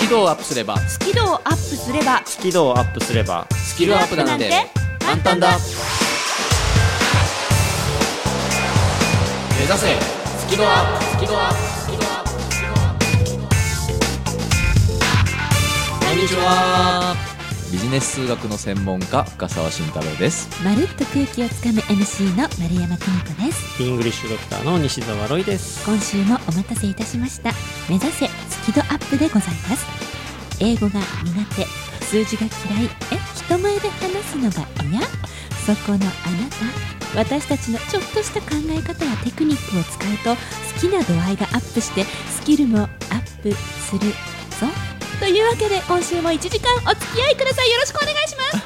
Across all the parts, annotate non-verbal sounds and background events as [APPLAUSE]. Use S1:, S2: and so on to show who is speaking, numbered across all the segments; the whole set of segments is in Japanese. S1: キ度をアップすれば
S2: スキルをアップすれば
S3: スキルをアップすれば
S1: スキルアップなんて簡単だ目指せスキルアップスキルアップスキルアップスキルアップこんにちはビジネス数学の専門家深澤慎太郎です
S2: まるっと空気をつかむ MC の丸山久美子です
S3: イングリッシュドクターの西澤ロイです
S2: 今週もお待たせいたしました目指せスキドアップでございます英語が苦手数字が嫌いえ人前で話すのが嫌そこのあなた私たちのちょっとした考え方やテクニックを使うと好きな度合いがアップしてスキルもアップするぞというわけで今週も1時間お付き合いくださいよろしくお願いします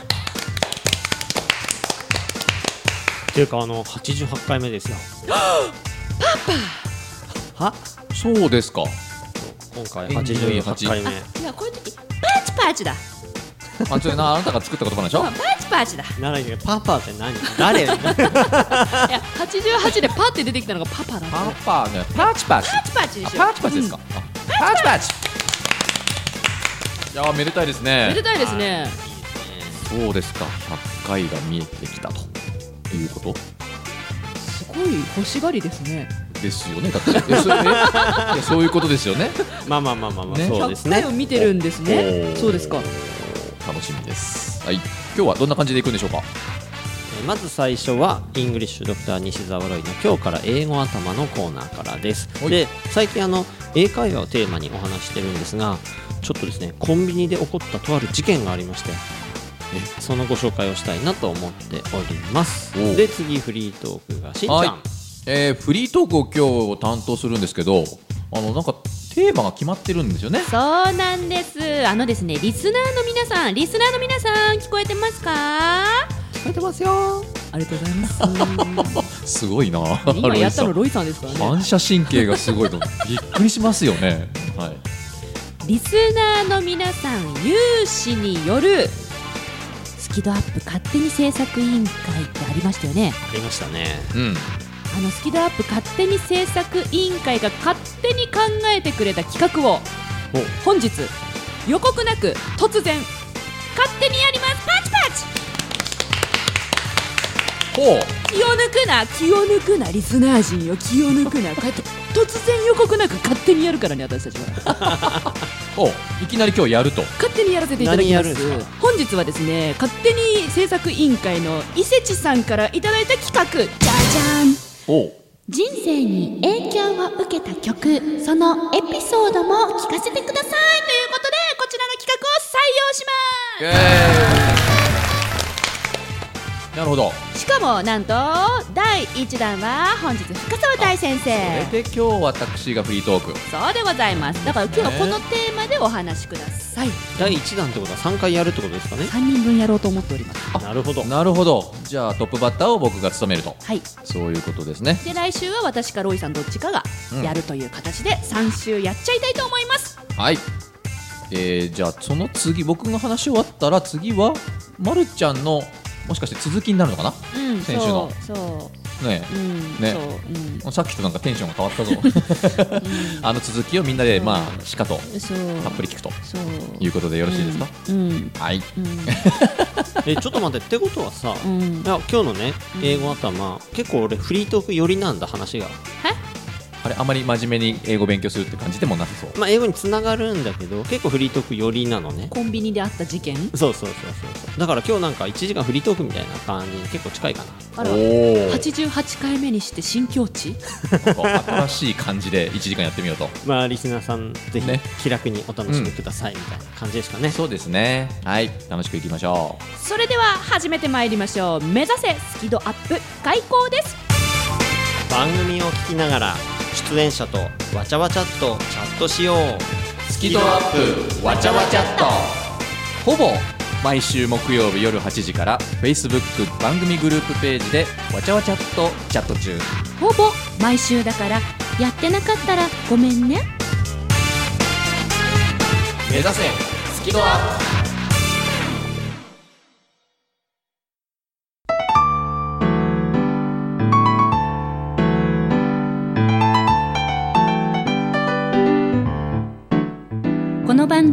S3: っていうかあの88回目ですよパパは
S1: そうですか
S3: 今回88回目
S2: あいやこういう時パチパチだ
S1: あちょ [LAUGHS] なあなたが作った言葉なんでしょ
S2: パチパチだ
S3: ならいいけどパパって何
S2: い
S3: 誰 [LAUGHS]
S2: や88でパって出てきたのがパパだ
S1: パパねパチパチ
S2: パチパチで
S1: あ
S2: しょ
S1: パチパチですか、あパチパチいやーめでたいです
S2: うん
S1: ね
S2: めでたいですね
S1: そうですか100回が見えてきたということ
S2: すごい欲しがりですね
S1: ですよねだってです
S3: [LAUGHS]
S1: よねいやそういうことですよね
S3: まあまあまあまあまあ
S1: ね
S3: そうです
S2: 100回
S3: ね
S2: を見てるんですねそうですか
S1: 楽しみですはい今日はどんな感じでいくんでしょうか
S3: えーまず最初はイングリッシュドクター西澤ロイの今日から英語頭のコーナーからです
S1: はい
S3: で最近あの英会話をテーマにお話ししてるんですがちょっとですねコンビニで起こったとある事件がありましてそのご紹介をしたいなと思っております
S1: おう
S3: で次フリートークがしんちゃん、
S1: はい、えーフリートークを今日担当するんですけどあのなんかテーマが決まってるんですよね
S2: そうなんですあのですねリスナーの皆さんリスナーの皆さん聞こえてますかあ
S3: 書いてますよ
S2: りがとうございます [LAUGHS]
S1: すごい
S3: [LAUGHS]
S1: な
S2: 今やった
S1: ロ
S2: の
S1: イ
S2: ロイさんですから
S1: さん
S2: ね
S1: 反射神経がすごいとびっくりしますよねはい
S2: リスナーの皆さん有志によるスキドアップ勝手に制作委員会ってありましたよね
S3: ありましたね
S1: うん
S2: あのスキドアップ勝手に制作委員会が勝手に考えてくれた企画を本日予告なく突然勝手にやりますパチパ
S1: ほう
S2: チ気を抜くな気を抜くなリスナー陣よ気を抜くなこうやって突然予告なく勝手にやるからね私たち
S3: [LAUGHS]
S2: は
S1: おいきなり今日やると
S2: 勝手にやらせていただきま
S3: 何やるんです
S2: 本日はですね勝手に制作委員会の伊勢地さんからいただいた企画じゃじゃん
S1: おう
S2: 人生に影響を受けた曲そのエピソードも聞かせてくださいということでこちらの企画を採用しま
S1: なるほど
S2: すしかもなんと第1弾は本日深澤大先生
S1: それで今日私がフリートーク
S2: そうでございますだから今日はこのテーマでお話しください
S3: 第1弾ってことは3回やるってことですかね
S2: 3人分やろうと思っております
S3: なるほど
S1: なるほどじゃあトップバッターを僕が務めると
S2: はい
S1: そういうことですね
S2: で来週は私かロイさんどっちかがやるという形で3週やっちゃいたいと思います、
S1: はいえー、じゃあその次僕の話終わったら次はまるちゃんのもしかして続きになるのか
S2: うん、
S1: 先週の
S2: そうそ
S1: なね
S2: ううん、
S1: ね
S2: そううん
S1: えさっきとなんかテンションが変わったぞ [LAUGHS] あの続きをみんなでまあしかと
S2: うんそう
S1: たっぷり聞くと
S2: そう
S1: いうことでよろしいですか、
S2: うん
S1: はい
S2: うん
S3: [LAUGHS] えちょっと待ってってことはさ、
S2: う
S3: い
S2: ん、 [LAUGHS] うん、
S3: や今日のね英語頭、結構俺フリートーク寄りなんだ話が、
S1: あれあまり真面目に英語勉強するって感じでもなさそう
S3: まあ、英語につながるんだけど結構フリートーク寄りなのね
S2: コンビニであった事件
S3: そうそうそうそうそうだから今日なんか1時間フリートークみたいな感じに結構近いかな
S2: あら
S1: おー
S2: 88回目にして新境地 [LAUGHS]
S1: 新しい感じで1時間やってみようと
S3: まあリスナーさんぜひ
S1: ね
S3: 気楽にお楽しみくださいみたいな感じですかね、
S1: そうですねはい楽しくいきましょう
S2: それでは始めてまいりましょう目指せスキドアップ開講です
S3: 番組を聞きながら出演者とわちゃわちゃっとチャットしよう
S1: スキドアップわちゃわちゃっとほぼ毎週木曜日夜8時から Facebook 番組グループページでわちゃわちゃっとチャット中
S2: ほぼ毎週だからやってなかったらごめんね
S1: 目指せスキドアップ
S2: このの番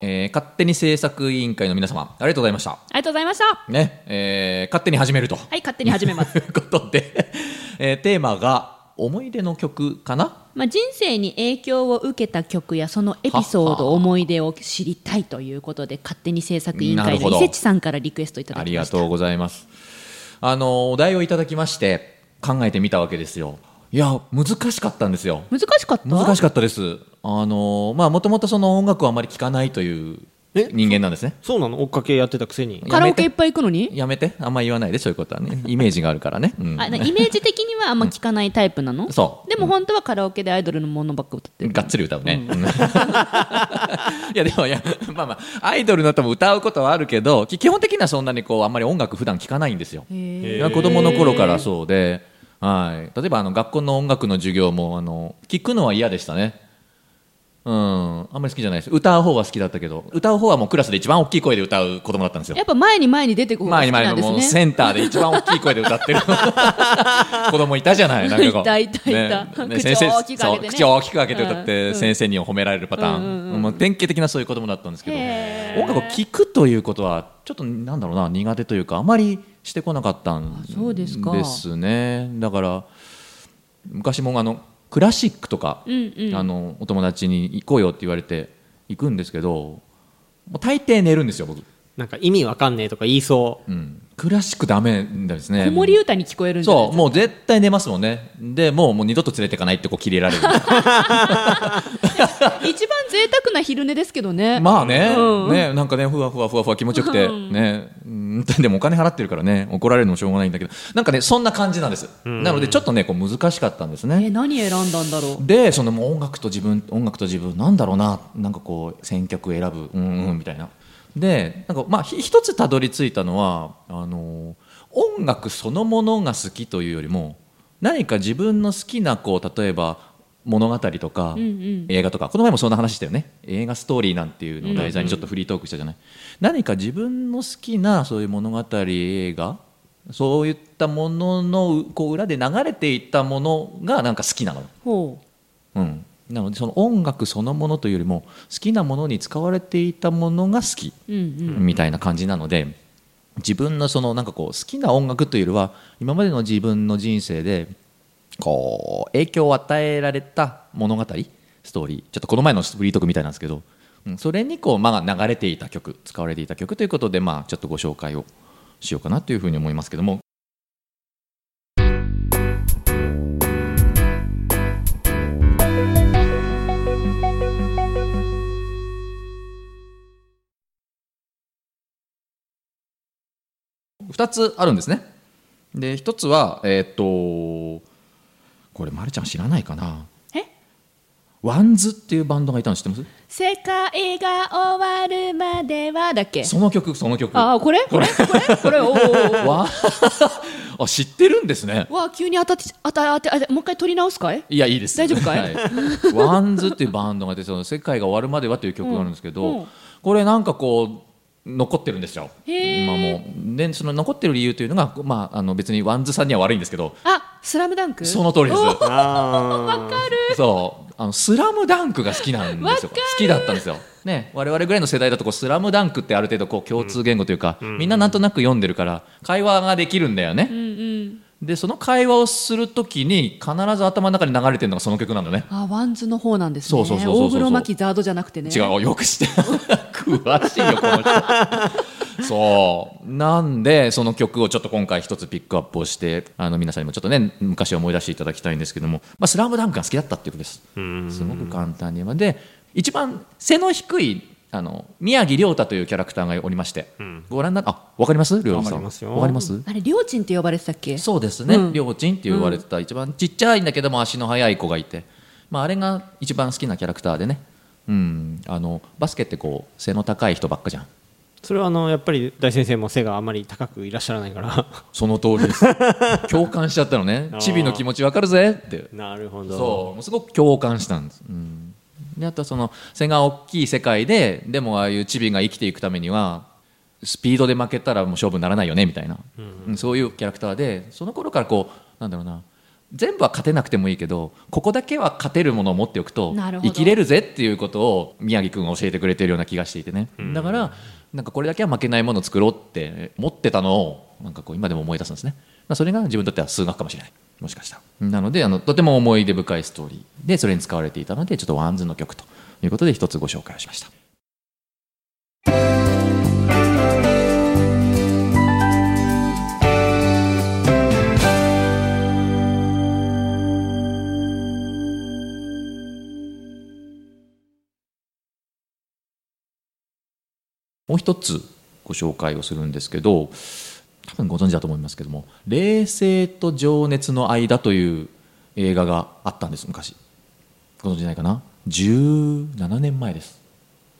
S1: えー、勝手に制作委員会の皆様ありがとうございました
S2: ありがとうございましたは
S1: ねえー、勝手に始めると
S2: い勝手に始めます
S1: [LAUGHS] ということで、えーテーマが思い出の曲かな
S2: まあ人生に影響を受けた曲やそのエピソード思い出を知りたいということで勝手に制作委員
S1: なる
S2: 会
S1: ほ
S2: の
S1: ど
S2: 伊勢地さんからリクエストいただ
S1: あ
S2: き
S1: り
S2: ま
S1: が
S2: した
S1: とうございますあのお題をいただきまして考えてみたわけですよいや難しかったんですよ
S2: 難しかった
S1: 難しかったですあのまあもともとその音楽をあまり聴かないという
S3: え
S1: 人間なんですね
S3: そうなの追っかけやってたくせに。
S2: カラオケいっぱい行くのに
S1: やめてあんま言わないでそういうことはねイメージがあるからね、うん
S2: あなイメージ的にはあんま聞かないタイプなの
S1: そう
S2: でも本当はカラオケでアイドルのものばっか歌ってる
S1: がっつり歌うね。いや、でも、いや、まあまあ、アイドルの歌も歌うことはあるけど、き基本的にはそんなにこう、あんまり音楽普段聴かないんですよ。いや子供の頃からそうで、はい。例えば、あの、学校の音楽の授業も、あの、聞くのは嫌でしたね。うん。あんまり好きじゃないです。歌う方は好きだったけど、歌う方はもうクラスで一番大きい声で歌う子供だったんですよ
S2: や。っぱ前に前に出てくる方が好
S1: 前に
S2: き
S1: 前
S2: な
S1: の
S2: んです
S1: もう
S2: ね
S1: センターで一番大きい声で歌
S2: [LAUGHS]
S1: ってる子供いたじゃないなんかこう
S2: いたいたいた口を大きく開けてね
S1: そう口を大きく開けて歌っ
S2: うんう
S1: て
S2: ん
S1: 先生に褒められるパターン、もう典型的なそういう子供だったんですけど
S2: へー
S1: 音楽を聴くということはちょっとなんだろうな苦手というかあまりしてこなかったん
S2: あそうですか
S1: ですねだから昔もあのクラシックとか、
S2: うんうん
S1: あのお友達に行こうよって言われて行くんですけどもう大抵寝るんですよ僕。
S3: なんか意味わかんねえとか言いそう。
S1: うんクラシックダメですね。
S2: 子守歌に聞こえるんじゃない
S1: そ
S2: で
S1: う、もう絶対寝ますもんね。で、もうもう二度と連れていかないってこう切れら
S2: [LAUGHS]
S1: れる。
S2: すか一番贅沢な昼寝ですけどね、
S1: まあね、
S2: うん
S1: ね、なんかね、ふわふわふわふわ気持ちよくて、ね、うんでもお金払ってるからね、怒られるのもしょうがないんだけど、なんかね、そんな感じなんです。なので、ちょっとね、こう難しかったんです
S2: え
S1: ね。
S2: 何選んだんだろう
S1: で、そのもう音楽と自分、音楽と自分、なんだろうな、なんかこう、選曲選ぶ、うんうんみたいな。で、なんかまあ、ひ一つたどり着いたのは、あの、音楽そのものが好きというよりも、何か自分の好きな、こう、例えば、物語とか、
S2: うんうん
S1: 映画とかこの前もそんな話したよね映画ストーリーなんていうのを題材にちょっとフリートークしたじゃない、何か自分の好きなそういう物語映画そういったもののこう裏で流れていったものがなんか好きなの、
S2: ほう
S1: うん、なのでその音楽そのものというよりも好きなものに使われていたものが好き
S2: うんうん
S1: みたいな感じなので自分のそのなんかこう好きな音楽というよりは今までの自分の人生でこう影響を与えられた物語ストーリーちょっとこの前のフリートークみたいなんですけどうんそれにこう、まあ、流れていた曲使われていた曲ということで、まあ、ちょっとご紹介をしようかなというふうに思いますけども2つあるんですね。で1つは、えーっとこれ、ま、るちゃん知らないかな
S4: え
S1: ワンズっていうバンドがいたの知ってます
S4: 世界が終わるまではだっけ
S1: その曲その曲
S4: ああこれこれこれこれおー
S1: [LAUGHS]
S4: おーお
S1: わあ知ってるんですね
S4: ーわあ急に当たって当た当てあもう一回取り直すかい
S1: いやいいです
S4: 大丈夫かい
S1: はいワンズっていうバンドがでその世界が終わるまではという曲があるんですけど、
S4: うんうん
S1: これなんかこう残ってるんですよ
S4: へー
S1: 今もでその残ってる理由というのが、まあ、あの別にワンズさんには悪いんですけど
S4: あスラムダンク
S1: その通りです
S4: お
S3: [LAUGHS]
S4: ーわ
S3: あ
S4: かる
S1: そうあのスラムダンクが好きなんですよ
S4: わ
S1: 好
S4: かる
S1: きだったんですよ、ね、我々ぐらいの世代だとこうスラムダンクってある程度こう共通言語というか、みんななんとなく読んでるから会話ができるんだよね、
S4: うんうん
S1: でその会話をするときに必ず頭の中に流れてるのがその曲なんだね
S4: あワンズの方なんです
S1: そ
S4: ね
S1: うそうそうそうそう
S4: 大黒摩季ザードじゃなくてね
S1: 違うよく知ってる [LAUGHS] 詳しいよこの人そうなんでその曲をちょっと今回一つピックアップをしてあの皆さんにもちょっとね昔を思い出していただきたいんですけども「まあ、スラムダンクが好きだったっていうことです
S3: うん
S1: すごく簡単に言えばで一番背の低いあの宮城亮太というキャラクターがおりまして、
S3: ん
S1: ご覧になあわかります亮太さん
S3: わかりますよ
S1: わかります、
S4: あれりょーちんって呼ばれてたっけ
S1: そうですね、
S4: うん
S1: りょうちんって言われてた、一番ちっちゃいんだけども足の速い子がいて、まあ、あれが一番好きなキャラクターでね、うん、あのバスケってこう背の高い人ばっか [LAUGHS] じゃん
S3: それはあのやっぱり大先生も背があまり高くいらっしゃらないから [LAUGHS]
S1: その通りです共感しちゃったのね
S3: あー
S1: チビの気持ちわかるぜって
S3: なるほど
S1: そうもうすごく共感したんです、うん、であとはその背が大きい世界ででもああいうチビが生きていくためにはスピードで負けたらもう勝負にならないよねみたいな、うんそういうキャラクターでその頃からこうなんだろうな全部は勝てなくてもいいけどここだけは勝てるものを持っておくと
S4: なるほど
S1: 生きれるぜっていうことを宮城君が教えてくれてるような気がしていてね、だからなんかこれだけは負けないものを作ろうって持ってたのをなんかこう今でも思い出すんですね、まあ、それが自分にとっては数学かもしれないもしかしたらなのであのとても思い出深いストーリーでそれに使われていたのでちょっとワンズの曲ということで一つご紹介をしましたもう一つご紹介をするんですけど多分ご存知だと思いますけども「冷静と情熱の間」という映画があったんです昔ご存知ないかな17年前です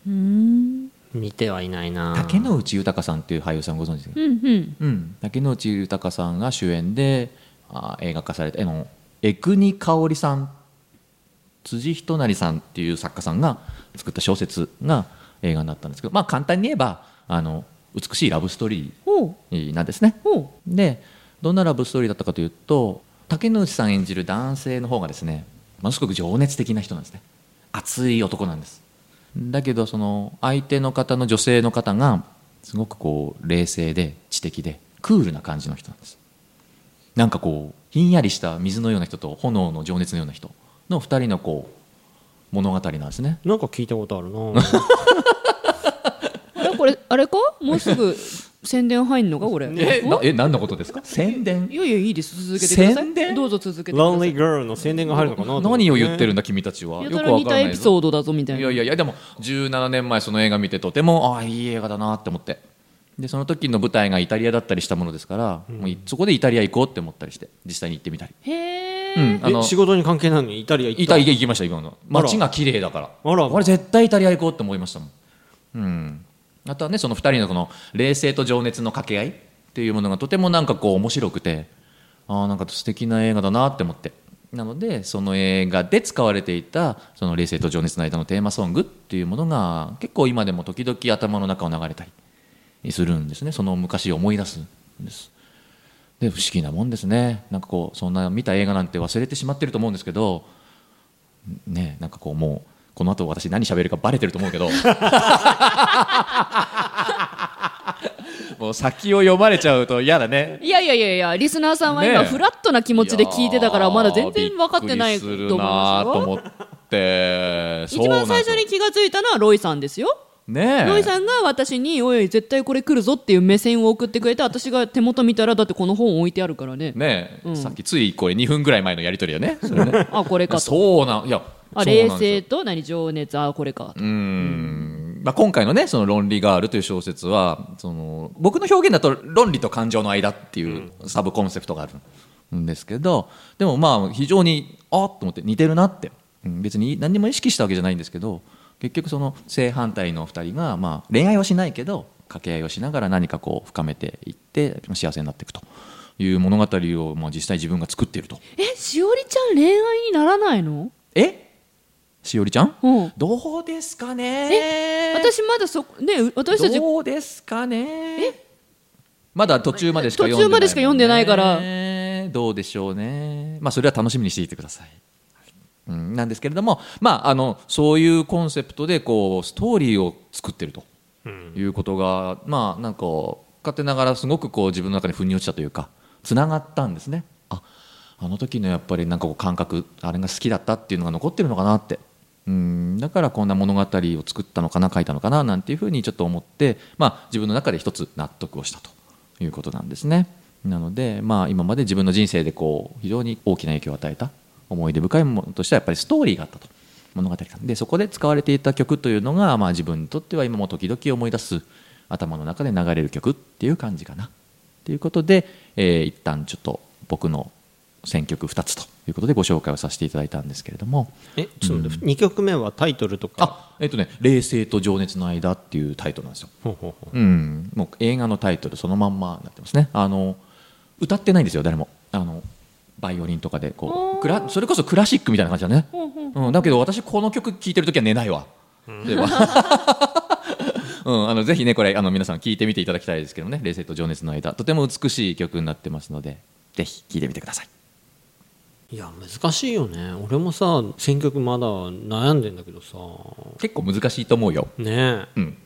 S3: 見てはいないな
S1: 竹野内豊さんっていう俳優さんご存知ですか、
S4: うんうん
S1: うん、竹野内豊さんが主演であ映画化されたあの江国香織さん辻仁成さんっていう作家さんが作った小説が映画になったんですけど、まあ、簡単に言えばあの美しいラブストーリ
S4: ほう
S1: ーなんですね。
S4: ほう
S1: でどんなラブストーリーだったかというと竹野内さん演じる男性の方がですねものすごく情熱的な人なんですね熱い男なんですだけどその相手の方の女性の方がすごくこう冷静で知的でクールな感じの人なんですなんかこうひんやりした水のような人と炎の情熱のような人の2人のこう物語なんですね
S3: なんか聞いたことあ
S1: [LAUGHS]
S3: るな
S4: あれこれあれかもうすぐ宣伝入んのかこれ
S1: え
S4: お
S1: なえ何のことですか宣伝
S4: いやいやいいです続けてくださ
S1: 宣伝
S4: いどうぞ続けてくださ
S3: Lonely
S4: い
S3: Girl の宣伝が入るのかなと思って
S1: 何を言ってるんだ君たちは
S4: や
S1: よくわ
S4: た
S1: からら
S4: 似た
S1: ない
S4: エピ
S1: ぞ
S4: ソードだぞみたい
S1: い
S4: な
S1: やいやいやでも17年前その映画見てとてもああいい映画だなって思ってでその時の舞台がイタリアだったりしたものですから、もういそこでイタリア行こうって思ったりして実際に行ってみたり、う
S4: へえ
S1: ん、あの
S3: え仕事に関係ないのにイタリア行
S1: イ
S3: った
S1: タリア行きました今の街が綺麗だから
S3: あら
S1: 俺絶対イタリア行こうって思いましたもん、うん、あとはねその2人のこの冷静と情熱の掛け合いっていうものがとてもなんかこう面白くてああんか素敵な映画だなって思ってなのでその映画で使われていた「その冷静と情熱の間」のテーマソングっていうものが結構今でも時々頭の中を流れたりするんですねその昔を思い出すんですで不思議なもんですねなんかこうそんな見た映画なんて忘れてしまってると思うんですけどねなんかこうもうこの後私何喋るかバレてると思うけ
S4: [LAUGHS]
S1: どもう先を読まれちゃうと嫌だね
S4: いやいやいやいやリスナーさんは今
S1: ねえ
S4: フラットな気持ちで聞いてたからまだ全然分かってないと思い
S1: やーびっ
S4: ます
S1: くり
S4: よ
S1: するなーと思っって
S4: 一番最初に気がついたのはロイさんですよ
S1: ねえ
S4: ロイさんが私に「おいおい絶対これ来るぞ」っていう目線を送ってくれて私が手元見たらだってこの本置いてあるからね
S1: ねえ、
S4: うん
S1: さっきついこれ2分ぐらい前のやり取りだねそれね
S4: あこれかと
S1: そうなんいや
S4: あ
S1: そう
S4: 冷
S1: なんですよ
S4: 静と何情熱あこれかと
S1: うーんまあ、今回のね「その論理ガール」という小説はその僕の表現だと「論理と感情の間」っていうサブコンセプトがあるんですけどでもまあ非常にあっと思って似てるなって、うん別に何にも意識したわけじゃないんですけど結局その正反対の2人が、まあ、恋愛はしないけど掛け合いをしながら何かこう深めていって幸せになっていくという物語を、まあ、実際自分が作っていると。
S4: えしおりちゃん恋愛にならないの
S1: えしおりちゃん
S4: うん
S1: どうですかね
S4: 私まだそねう私たち
S1: どうですかねまだ途中までしか読んでない、
S4: 途中までしか読んでないから
S1: どうでしょうねまあそれは楽しみにしていてください、うん、なんですけれどもまああのそういうコンセプトでこうストーリーを作ってると
S3: うん
S1: いうことがまあなんか勝手ながらすごくこう自分の中に腑に落ちたというかつながったんですねああの時のやっぱりなんかこう感覚あれが好きだったっていうのが残ってるのかなってうんだからこんな物語を作ったのかな書いたのかななんていうふうにちょっと思って、まあ、自分の中で一つ納得をしたということなんですねなので、まあ、今まで自分の人生でこう非常に大きな影響を与えた思い出深いものとしてはやっぱりストーリーがあったと物語がでそこで使われていた曲というのが、まあ、自分にとっては今も時々思い出す頭の中で流れる曲っていう感じかなということで、えー一旦ちょっと僕の選曲2つということでご紹介をさせていただいたんですけれども
S3: えちょっと待って2曲目はタイトルとか
S1: あえっとね「冷静と情熱の間」っていうタイトルなんですよ、
S3: ほうほうほう
S1: うん、もう映画のタイトルそのまんまになってますねあの歌ってないんですよ誰もあのバイオリンとかでこうクラそれこそクラシックみたいな感じだね、うん、だけど私この曲聴いてる時は寝ないわ例えば [LAUGHS] うん、あのぜひねこれあの皆さん聴いてみていただきたいですけどね「冷静と情熱の間」とても美しい曲になってますのでぜひ聴いてみてください
S3: いや難しいよね俺もさ選曲まだ悩んでんだけどさ
S1: 結構難しいと思うよ
S3: ね
S1: う
S3: え
S1: ん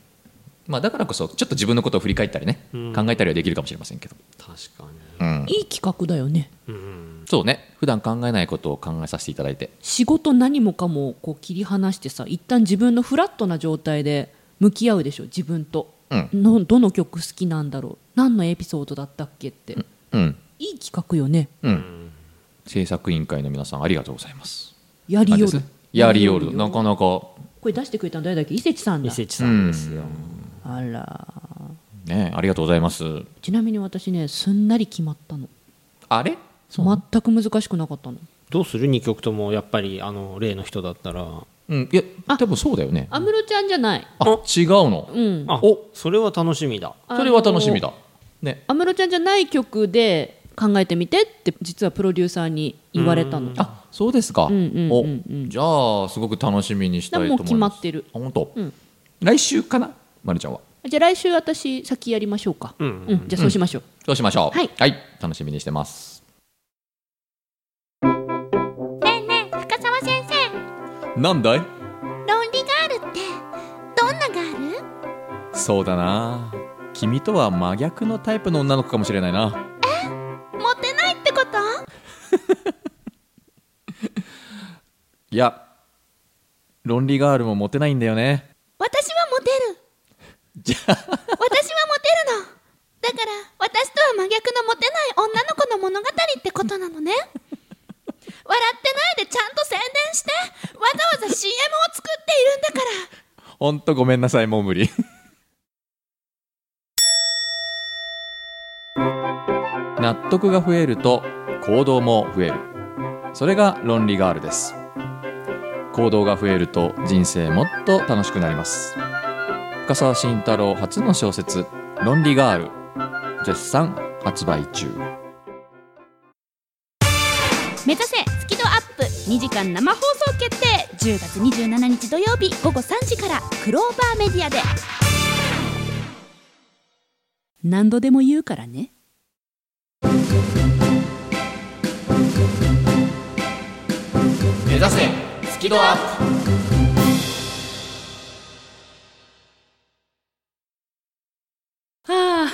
S1: まあ、だからこそちょっと自分のことを振り返ったりね、
S3: うん
S1: 考えたりはできるかもしれませんけど、
S3: 確か
S1: うん
S4: いい企画だよね
S3: にうん
S1: そうね普段考えないことを考えさせていただいて
S4: 仕事何もかもこう切り離してさ一旦自分のフラットな状態で向き合うでしょ自分と、
S1: うん
S4: のどの曲好きなんだろう何のエピソードだったっけって、
S1: うん
S4: いい企画よね
S1: うん、制作委員会の皆さんありがとうございます
S4: やり
S1: あれ
S4: よ
S1: です
S4: る
S1: ねやりよるなかなか
S4: これ出してくれたの誰だっけ伊勢地さん
S3: 伊
S4: だ
S3: 勢地さんですよ
S4: あら
S1: ねありがとうございます
S4: ちなみに私ねすんなり決まったの
S1: あれそうなの
S4: 全く難しくなかったの
S3: どうする2曲ともやっぱりあの例の人だったら
S1: うんいや多分そうだよね
S4: 安室ちゃんじゃない
S1: あ違うの
S4: うん
S3: あ
S1: お
S3: それは楽しみだ
S1: それは楽しみだね
S4: 安室ちゃんじゃない曲で考えてみてって実はプロデューサーに言われたの
S1: あそうですか、
S4: んうんうん
S1: おじゃあすごく楽しみにしたいと思います
S4: もう決まってる
S1: あ本当、
S4: うん
S1: 来週かなまるちゃんは
S4: じゃあ来週私先やりましょうか
S3: うん
S4: うん、じゃあそうしましょう、
S1: そうしましょう。
S4: はい
S1: 楽しみにしてます。
S5: ねえねえ深澤先生
S1: なんだい
S5: 論理ガールってどんなガール
S1: そうだな。君とは真逆のタイプの女の子かもしれないな。
S5: モテないってこと
S1: いや、論理ガールもモテないんだよね。
S5: 私はモテる
S1: じゃあ、
S5: 私はモテるのだから私とは真逆のモテない女の子の物語ってことなのね笑ってないでちゃんと宣伝してわざわざ CM を作っているんだから
S1: ほんとごめんなさい、もう無理。納得が増えると行動も増える。それが論理ガールです。行動が増えると人生もっと楽しくなります深沢慎太郎初の小説「論理ガール」絶賛発売中
S5: 目指せスキドアップ2時間生放送決定10月27日土曜日午後3時からクローバーメディアで
S4: 何度でも言うからね
S1: 目指せスキドアップ
S4: あ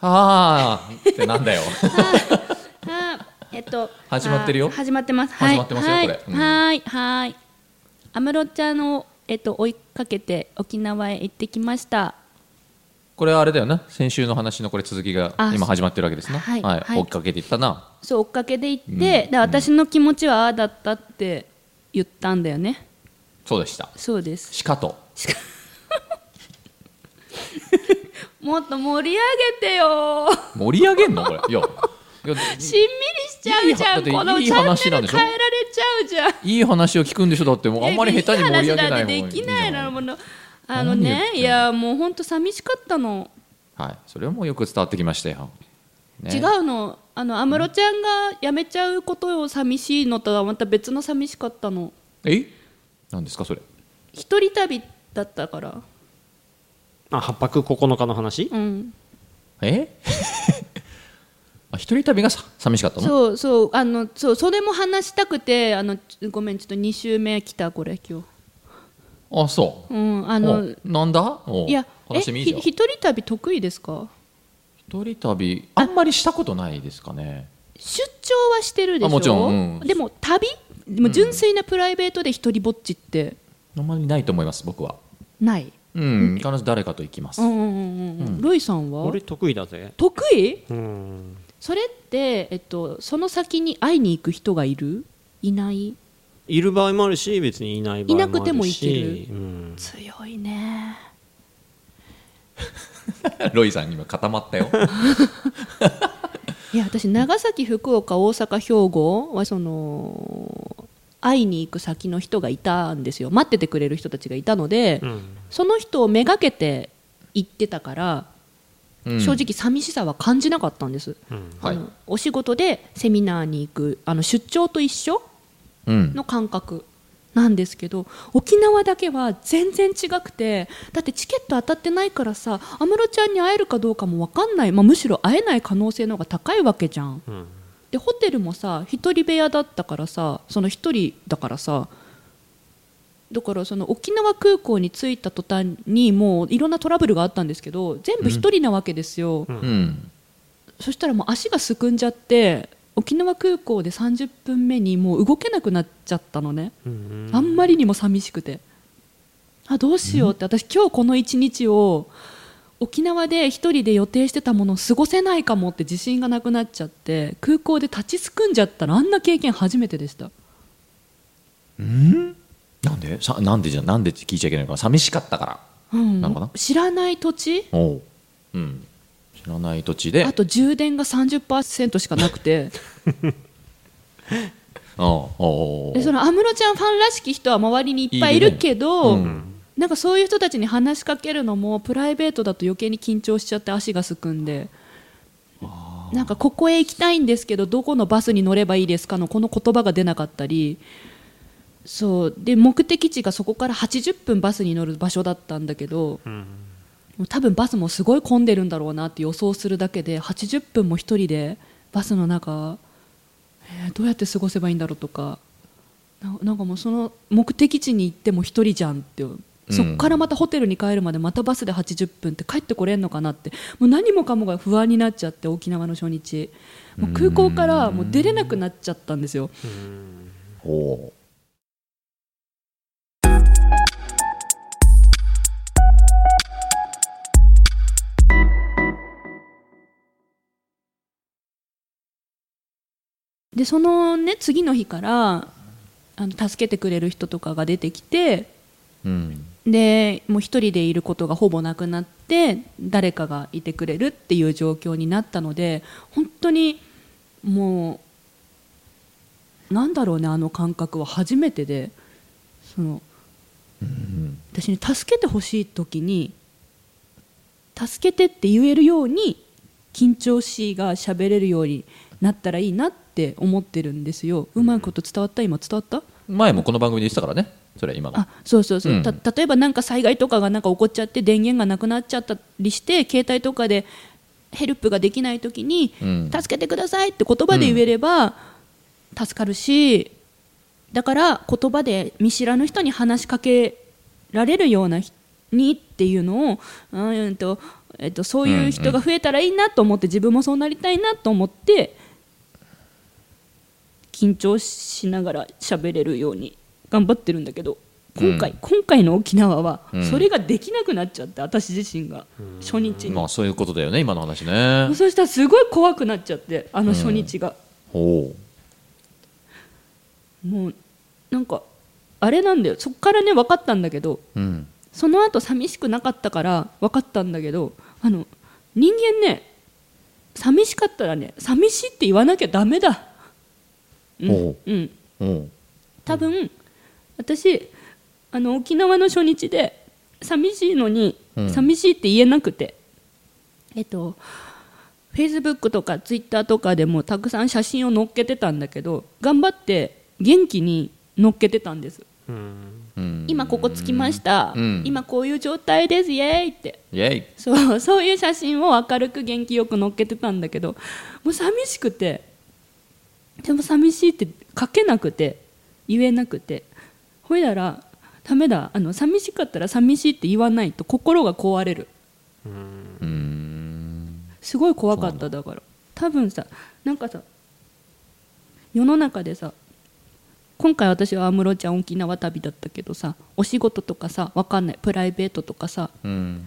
S1: あーってなんだよ
S4: あああえっと
S1: 始まってるよ
S4: あー始まってます
S1: 始まってますよ
S4: はい
S1: これうん
S4: はいはいはい安室ちゃんを、えっと、追いかけて沖縄へ行ってきました
S1: これはあれだよね先週の話のこれ続きが
S4: あ
S1: 今始まってるわけですね
S4: はいはい
S1: 追っかけていったな
S4: そう追っかけで行って、
S1: うん
S4: で私の気持ちはああだったって言ったんだよね
S1: そうでした
S4: そうです
S1: しかと
S4: もっと盛り上げてよー
S1: 盛り上げんの
S4: [LAUGHS]
S1: これいやいや
S4: しんみりしちゃうじゃん
S1: いい
S4: この
S1: いい
S4: チャン
S1: 話な
S4: ネ
S1: んで
S4: ル
S1: しょ
S4: 変えられちゃうじゃん
S1: いい話を聞くんでしょだってもうあんまり下手に盛り上げない方がいい
S4: いやいい話なんてできない
S1: いい
S4: の
S1: じ
S4: ものあの
S1: 何言っ
S4: ね
S1: てんの
S4: いやもうほんと寂しかったの、
S1: ゃんはいそれはもうよく伝わってきましたよ、ね
S4: 違うのあの安室ちゃんが辞めちゃうことを寂しいのとはまた別の寂しかったの
S1: えなんですかそれ
S4: 一人旅だったから
S3: あ八泊9日の話
S4: うん
S1: え [LAUGHS] あ一人旅がさ寂しかったの
S4: そうそうあのそうそれも話したくてあのちごめんちょっと2週目来たこれ今日
S1: あそう
S4: うんあ
S1: あ
S4: の
S1: なんだお
S4: いやえ
S1: 話してもいい
S4: ひ
S1: じゃん
S4: 一人旅得意ですか
S1: 一人旅あんまりしたことないですかね
S4: 出張はしてるでしょ
S1: あもちろんうん
S4: でも旅でも純粋なプライベートで一人ぼっちって
S1: あんまりないと思います僕は
S4: ない、
S1: うん必ず誰かと行きます、
S4: うんうんうんうん、ロイさんは
S3: 俺得意だぜ
S4: 得意
S3: うん
S4: それって、えっと、その先に会いに行く人がいるいない
S3: いる場合もあるし別にいない場合もあるし
S4: いなくてもいける
S3: うん
S4: 強いね
S1: [LAUGHS] ロイさん今固まったよ
S4: いや私長崎福岡大阪兵庫はその会いに行く先の人がいたんですよ待っててくれる人たちがいたので、
S3: うん
S4: その人をめがけて行ってたから、
S1: うん
S4: 正直寂しさは感じなかったんです、
S3: うん
S1: は
S4: あ
S1: い
S4: のお仕事でセミナーに行くあの出張と一緒
S1: うん
S4: の感覚なんですけど沖縄だけは全然違くてだってチケット当たってないからさ安室ちゃんに会えるかどうかも分かんない、まあ、むしろ会えない可能性の方が高いわけじゃん。
S3: うん
S4: でホテルもさ一人部屋だったからさその一人だからさだからその沖縄空港に着いた途端にもういろんなトラブルがあったんですけど全部一人なわけですよ、
S1: うん
S4: そしたらもう足がすくんじゃって沖縄空港で30分目にもう動けなくなっちゃったのね、
S3: うん
S4: あんまりにも寂しくてあどうしようって私今日この一日を沖縄で一人で予定してたものを過ごせないかもって自信がなくなっちゃって空港で立ちすくんじゃったらあんな経験初めてでした
S1: なんでさなんでじゃなんでって聞いちゃいけないのかな寂しかったから
S4: うん
S1: なるほど
S4: 知らない土地
S1: おううん知らない土地で
S4: あと充電が30%しかなくて
S1: おうおうおう
S4: でその安室ちゃんファンらしき人は周りにいっぱいいるけど
S1: いるねうん
S4: なんかそういう人たちに話しかけるのもプライベートだと余計に緊張しちゃって足がすくんでなんかここへ行きたいんですけどどこのバスに乗ればいいですかのこの言葉が出なかったりそうで目的地がそこから80分バスに乗る場所だったんだけど
S3: うん
S4: もう多分バスもすごい混んでるんだろうなって予想するだけで80分も一人でバスの中、えーどうやって過ごせばいいんだろうとかななんかもうその目的地に行っても一人じゃんってそっからまたホテルに帰るまでまたバスで80分って帰ってこれんのかなってもう何もかもが不安になっちゃって沖縄の初日もう空港からもう出れなくなっちゃったんですよ。
S1: おう
S4: でそのね次の日からあの助けてくれる人とかが出てきて
S1: うん
S4: でもう一人でいることがほぼなくなって誰かがいてくれるっていう状況になったので本当にもうなんだろうねあの感覚は初めてでその
S1: うん
S4: 私に助けてほしい時に助けてって言えるように緊張しいが喋れるようになったらいいなって思ってるんですようまいこと伝わった今伝わった
S1: 前もこの番組で言ってたからねそれは今が
S4: あそうそうそう、
S1: うん
S4: た例えばなんか災害とかがなんか起こっちゃって電源がなくなっちゃったりして携帯とかでヘルプができない時に、
S1: うん
S4: 助けてくださいって言葉で言えれば助かるし、だから言葉で見知らぬ人に話しかけられるような人にっていうのをうーんと、えっと、そういう人が増えたらいいなと思って、自分もそうなりたいなと思って緊張しながら喋れるように頑張ってるんだけど今回、今回の沖縄は
S1: うん
S4: それができなくなっちゃって、私自身が初日に、
S1: まあそういうことだよね今の話ね
S4: そしたらすごい怖くなっちゃってあの初日が、
S1: おう
S4: もうなんかあれなんだよそっからね分かったんだけど
S1: うん
S4: その後寂しくなかったから分かったんだけどあの人間ね寂しかったらね寂しいって言わなきゃダメだう、
S1: おうん
S4: うん、
S1: おう
S4: 多分、私あの沖縄の初日で寂しいのに、
S1: うん
S4: 寂しいって言えなくてえっとフェイスブックとかツイッターとかでもたくさん写真を載っけてたんだけど頑張って元気に載っけてたんです、
S3: うん
S1: うん
S4: 今ここ着きました、
S1: うん
S4: 今こういう状態ですイエーイって
S1: イェイ
S4: そう [LAUGHS] そういう写真を明るく元気よく載っけてたんだけどもう寂しくてでも寂しいって書けなくて言えなくてほいだらダメだあの寂しかったら寂しいって言わないと心が壊れるすごい怖かっただから多分さなんかさ世の中でさ今回私は安室ちゃん沖縄旅だったけどさお仕事とかさわかんないプライベートとかさ
S1: うん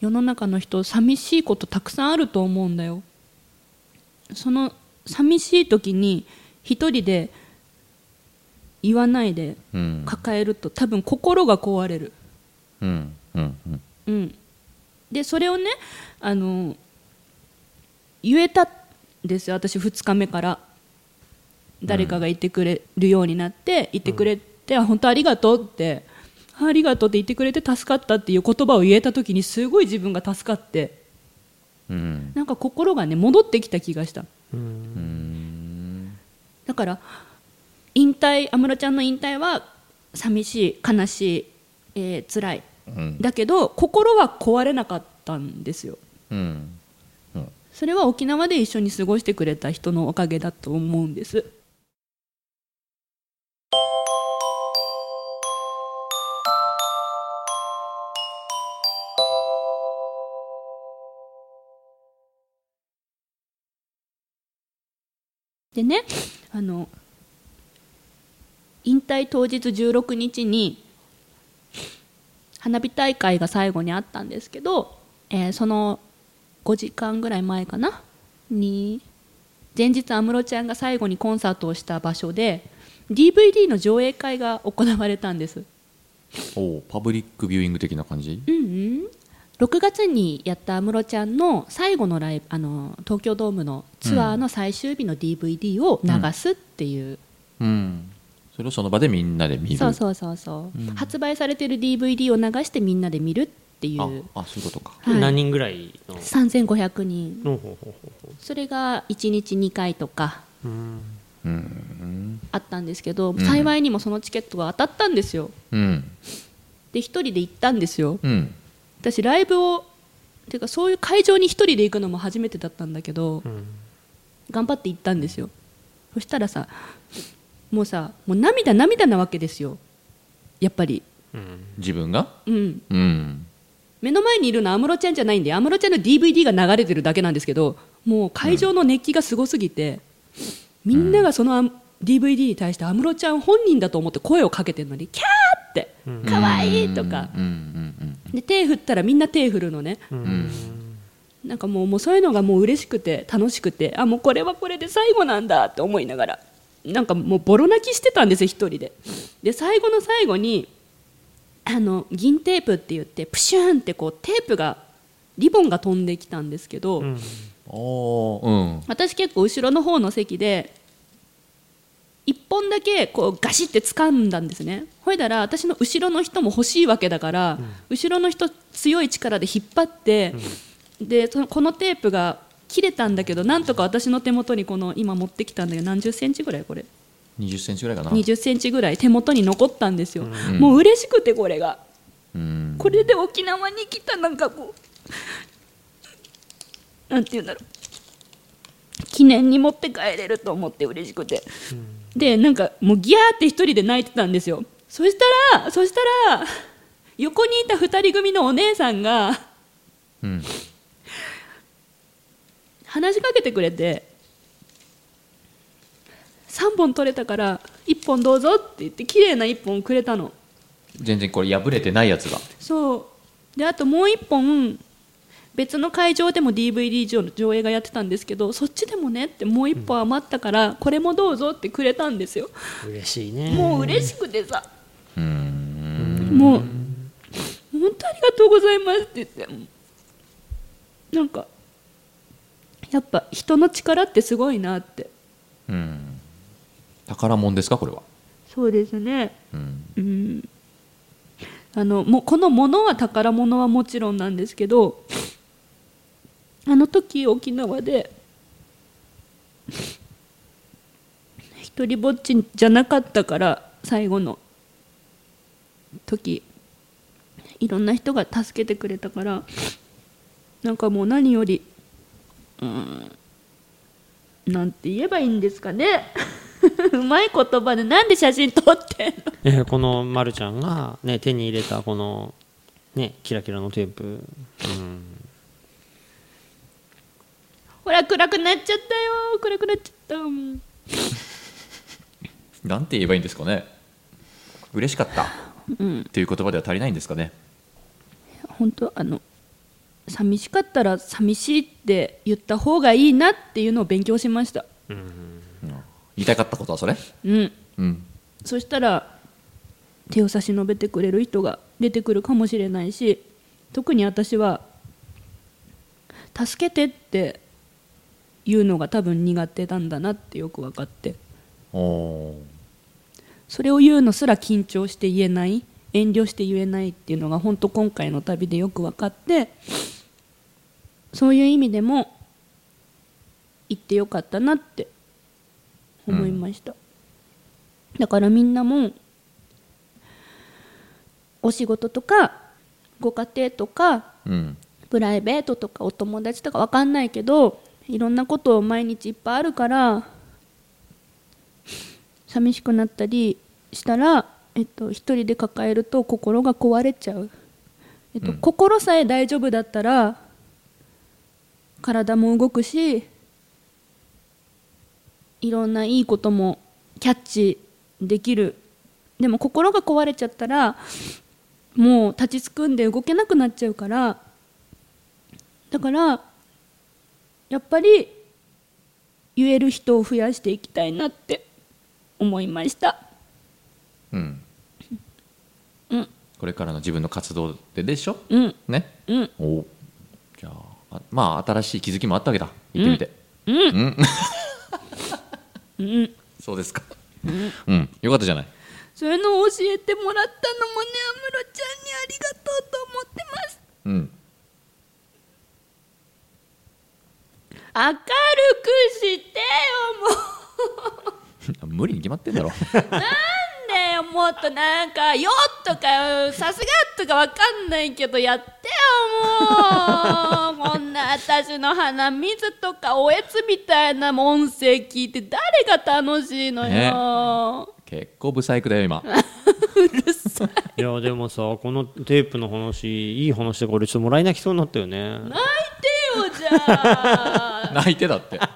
S4: 世の中の人寂しいことたくさんあると思うんだよその寂しい時に一人で言わないで
S1: うん
S4: 抱えると多分心が壊れる
S1: うんうんうん
S4: うんでそれをねあの言えたんですよ私2日目から誰かが言ってくれるようになって言ってくれて、あ本当ありがとうってあありがとうって言ってくれて助かったっていう言葉を言えた時にすごい自分が助かって
S1: うん
S4: なんか心がね戻ってきた気がした
S3: うん
S4: だから引退安室ちゃんの引退は寂しい悲しい、えー辛い
S1: うん
S4: だけど心は壊れなかったんですよ
S1: うん
S4: それは沖縄で一緒に過ごしてくれた人のおかげだと思うんですでねあの引退当日16日に花火大会が最後にあったんですけど、えーその5時間ぐらい前かなに前日安室ちゃんが最後にコンサートをした場所で DVD の上映会が行われたんです
S1: おうパブリックビューイング的な感じ
S4: うんうん6月にやった安室ちゃんの最後のライブあの東京ドームのツアーの最終日の DVD を流すっていう、
S1: うんそれをその場でみんなで見る
S4: そうそうそうそう、発売されてる DVD を流してみんなで見るってい
S1: あ
S4: う、
S1: あそういうことか
S4: はい
S3: 何人ぐらいの
S4: 3500人
S3: ほうほうほうほ
S4: それが1日2回とか
S3: ううん
S1: うん
S4: あったんですけど、幸いにもそのチケットが当たったんですよ
S1: うん
S4: で一人で行ったんですよ
S1: うん
S4: 私ライブをていうかそういう会場に一人で行くのも初めてだったんだけど
S3: うん
S4: 頑張って行ったんですよそしたらさもうさもう涙涙なわけですよやっぱり
S3: うん
S1: 自分が
S4: うん
S1: うん
S4: 目の前にいるのは安室ちゃんじゃないんで安室ちゃんの DVD が流れてるだけなんですけどもう会場の熱気がすごすぎて、みんながそのあん DVD に対して安室ちゃん本人だと思って声をかけてるのにキャーって
S3: うん
S4: 可愛いとか
S1: うんうん
S4: で手振ったらみんな手振るのね
S3: うん
S4: なんかもうもうそういうのがもう嬉しくて楽しくてあもうこれはこれで最後なんだって思いながらなんかもうボロ泣きしてたんですよ一人でで最後の最後にあの銀テープって言ってプシューンってこうテープがリボンが飛んできたんですけど、
S3: うん
S1: うんおー
S4: 私結構後ろの方の席で一本だけこうガシって掴んだんですねほいだら私の後ろの人も欲しいわけだから、後ろの人強い力で引っ張って、でそのこのテープが切れたんだけどなんとか私の手元にこの今持ってきたんだけど何十センチぐらいこれ
S1: うん20センチぐらいかな
S4: 20センチぐらい手元に残ったんですよ、
S1: ん
S4: もう嬉しくてこれが
S1: うん
S4: これで沖縄に来たなんかこうなんて言うんだろう記念に持って帰れると思って嬉しくて、でなんかもうギャーって一人で泣いてたんですよそしたらそしたら横にいた二人組のお姉さんが
S1: うん
S4: 話しかけてくれて3本取れたから1本どうぞって言って綺麗な1本くれたの
S1: 全然これ破れてないやつが
S4: そうであともう一本別の会場でも DVD 上上映がやってたんですけどそっちでもねってもう一本余ったから、これもどうぞってくれたんですよ
S3: 嬉しいね
S4: もう嬉しくてさもう本当ありがとうございますって言ってなんかやっぱ人の力ってすごいなって
S1: うん宝物ですかこれは
S4: そうですね
S1: うん
S4: うんあのもうこのものは宝物はもちろんなんですけどあの時沖縄で一人ぼっちじゃなかったから最後の時いろんな人が助けてくれたからなんかもう何よりうーんなんて言えばいいんですかね [LAUGHS] うまい言葉でなんで写真撮ってんの
S3: えーこのまるちゃんが、ね、手に入れたこの、ね、キラキラのテープ、うん、
S4: ほら暗くなっちゃったよ暗くなっちゃったうん
S1: なんて言えばいいんですかね嬉しかったっていう言葉では足りないんですかね
S4: 本当あの寂しかったら寂しいって言った方がいいなっていうのを勉強しました
S1: 言いたかったことはそれ
S4: うん
S1: うん
S4: そしたら手を差し伸べてくれる人が出てくるかもしれないし特に私は「助けて」って言うのが多分苦手なんだなってよく分かって
S1: おお
S4: それを言うのすら緊張して言えない遠慮して言えないっていうのが本当今回の旅でよく分かってそういう意味でも行ってよかったなって思いました、だからみんなもお仕事とかご家庭とか
S1: ーうん
S4: プライベートとかお友達とかわかんないけどいろんなことを毎日いっぱいあるから寂しくなったりしたら、えっと、一人で抱えると心が壊れちゃう、えっと
S1: うん
S4: 心さえ大丈夫だったら体も動くしいろんないいこともキャッチできるでも心が壊れちゃったらもう立ちすくんで動けなくなっちゃうからだからやっぱり言える人を増やしていきたいなって思いました
S1: うん
S4: うん
S1: これからの自分の活動ででしょ
S4: うん
S1: ね
S4: うん
S1: おーじゃああまあ新しい気づきもあったわけだ行ってみて
S4: うん
S1: うん
S4: [LAUGHS] うん
S1: そうですかうんよかったじゃない
S4: そういうのを教えてもらったのもね安室ちゃんにありがとうと思ってます
S1: うん [LAUGHS]
S4: 明るくしてよもう
S1: 無理に決まってんだろ [LAUGHS]
S4: ねえもっとなんか「よ」とか「さすが」とかわかんないけどやってよもうこんな私の鼻水とかおえつみたいな音声聞いて誰が楽しいのよ、
S1: ね結構ブサイクだよ今 [LAUGHS]
S3: いやでもさこのテープの話いい話でこれちょっともらい泣きそうになったよね
S4: 泣いてよじゃあ
S1: 泣いてだって
S4: 私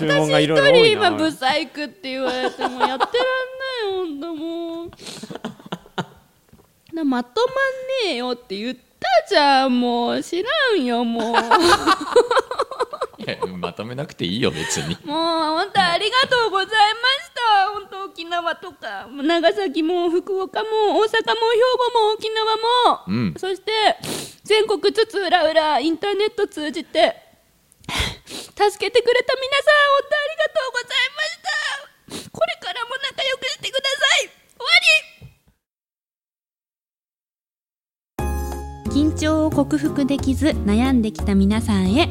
S3: 注文が
S4: 一
S3: 色々多
S4: 人
S3: いな
S4: 今ブサイクって言われてもやってらんないよほんともうなまとまんねえよって言ったじゃんもう知らんよもう。
S1: いやまとめなくていいよ別に
S4: もう本当ありがとうございました本当沖縄とかもう長崎も福岡も大阪も兵庫も沖縄も、
S1: うん
S4: そして全国津々浦々インターネット通じて助けてくれた皆さん本当ありがとうございましたこれからも仲良くしてください終わり
S2: 緊張を克服できず悩んできた皆さんへ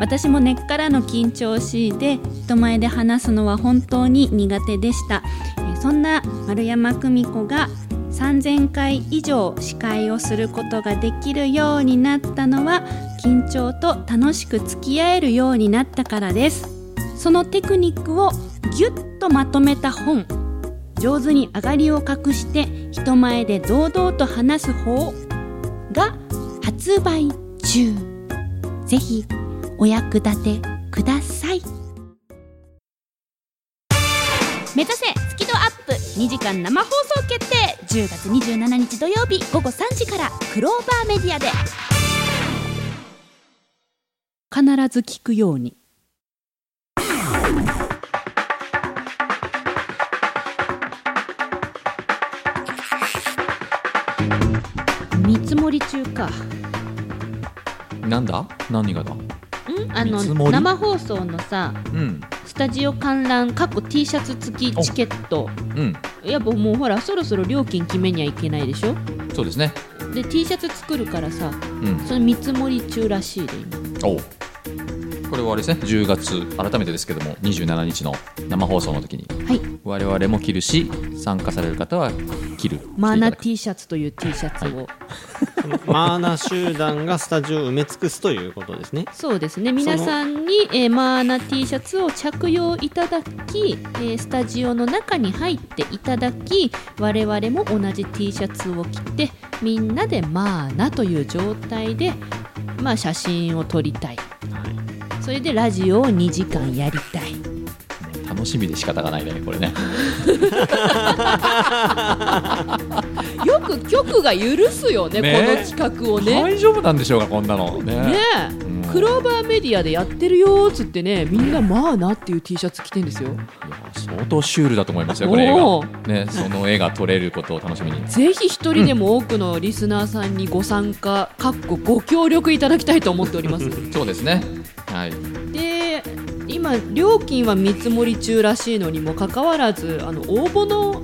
S2: 私も根っからの緊張を強いて人前で話すのは本当に苦手でしたえーそんな丸山久美子が3000回以上司会をすることができるようになったのは緊張と楽しく付き合えるようになったからですそのテクニックをぎゅっとまとめた本上手に上がりを隠して人前で堂々と話す方が発売中ぜひお役立てください
S5: 目指せスキドアップ2023 2時間生放送決定10月27日土曜日午後3時からクローバーメディアで
S4: 必ず聞くように見積もり中か
S1: なんだ何がだ
S4: あ
S1: 見積も
S4: の
S1: り
S4: 生放送のさ
S1: うん
S4: スタジオ観覧かっこ T シャツ付きチケット
S1: うん
S4: やっぱもうほらそろそろ料金決めにはいけないでしょ
S1: そうですね
S4: で T シャツ作るからさ
S1: うん
S4: それ見積もり中らしいで今
S1: おうこれはあれですね10月改めてですけども27日の生放送の時に
S4: はい
S1: 我々も着るし参加される方は着る
S4: マナ
S1: ィ
S4: T シャツという T シャツを、
S3: マーナ集団がスタジオを埋め尽くすということですね。
S4: そうですね皆さんに、えーマーナ T シャツを着用いただき、えースタジオの中に入っていただき我々も同じ T シャツを着てみんなでマーナという状態で、まあ、写真を撮りたい
S3: はい、
S4: それでラジオを2時間やりたい
S1: 楽しみで仕方がないねこれね
S4: よく局が許すよね
S1: ね
S4: この企画をね
S1: 大丈夫なんでしょうかこんなのね
S4: ね
S1: うん
S4: えクローバーメディアでやってるよーっつってねみんなまあなっていう T シャツ着てんですよ
S1: いや相当シュールだと思いますよこれ映
S4: お
S1: 画ねその絵が撮れることを楽しみに
S4: ぜひ一人でも多くのリスナーさんにご参加、かっこご協力いただきたいと思っております
S1: そうですねはい
S4: で今料金は見積もり中らしいのにもかかわらずあの応募の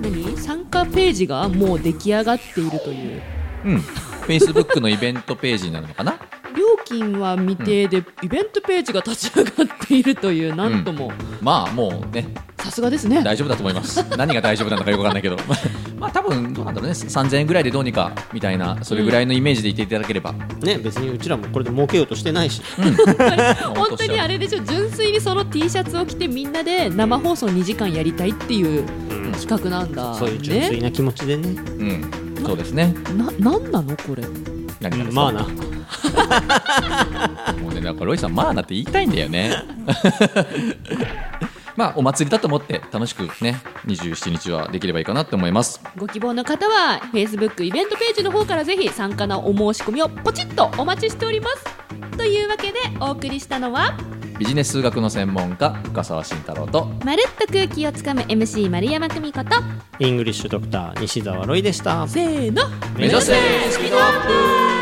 S4: 何参加ページがもう出来上がっているという
S1: うん Facebook のイベントページになるのかな
S4: 料金は未定で、イベントページが立ち上がっているというなんとも
S1: まあもうね
S4: さすがですね
S1: 大丈夫だと思い [LAUGHS] ます何が大丈夫なのかよくわかんないけど [LAUGHS] まあ多分どうなんだろうね3000円ぐらいでどうにかみたいなそれぐらいのイメージでいていただければ、
S3: ね別にうちらもこれで儲けようとしてないし、
S4: 本当にあれでしょ純粋にその T シャツを着てみんなで生放送2時間やりたいっていう企画なんだ、ね、
S3: そういう純粋な気持ちでね。
S1: うんそうですね
S4: ななんなのこれ
S1: 何がですか
S3: まあな。
S1: もうね、なんかロイさん、まあなって言いたいんだよ [LAUGHS] ね。まあ、お祭りだと思って、楽しくね、27日はできればいいかなと思います。
S4: ご希望の方は Facebook イベントページの方からぜひ参加のお申し込みをポチッとお待ちしておりますというわけでお送りしたのは
S1: ビジネス数学の専門家、深澤慎太郎と、
S4: 「まるっと空気をつかむ MC 丸山久美子」と
S3: イングリッシュドクター西澤ロイでした。
S4: せーの
S1: 目指せ
S4: スピードアップ